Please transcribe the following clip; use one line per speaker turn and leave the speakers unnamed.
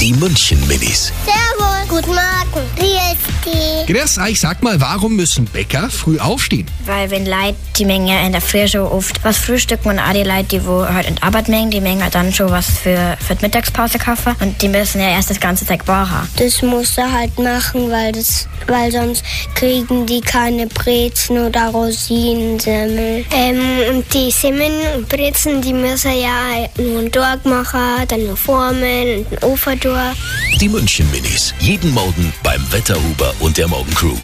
Die München-Minis.
Servus. Guten Morgen. Grüß dich.
Grüß euch, ah, sag mal, warum müssen Bäcker früh aufstehen?
Weil wenn Leute die Menge in der Früh schon oft was frühstücken und auch die Leute, die wo halt in die Arbeit mengen, die mengen halt dann schon was für, für die Mittagspause kaufen und die müssen ja erst das ganze Tag brauchen.
Das muss er halt machen, weil, das, weil sonst kriegen die keine Brezen oder Rosinensemmel.
Ähm, und die Semmeln und Brezen, die müssen ja nur einen Tag machen, dann nur formen und einen Ofen durch.
Die München-Minis. Jeden Morgen beim Wetterhuber und der Morgencrew.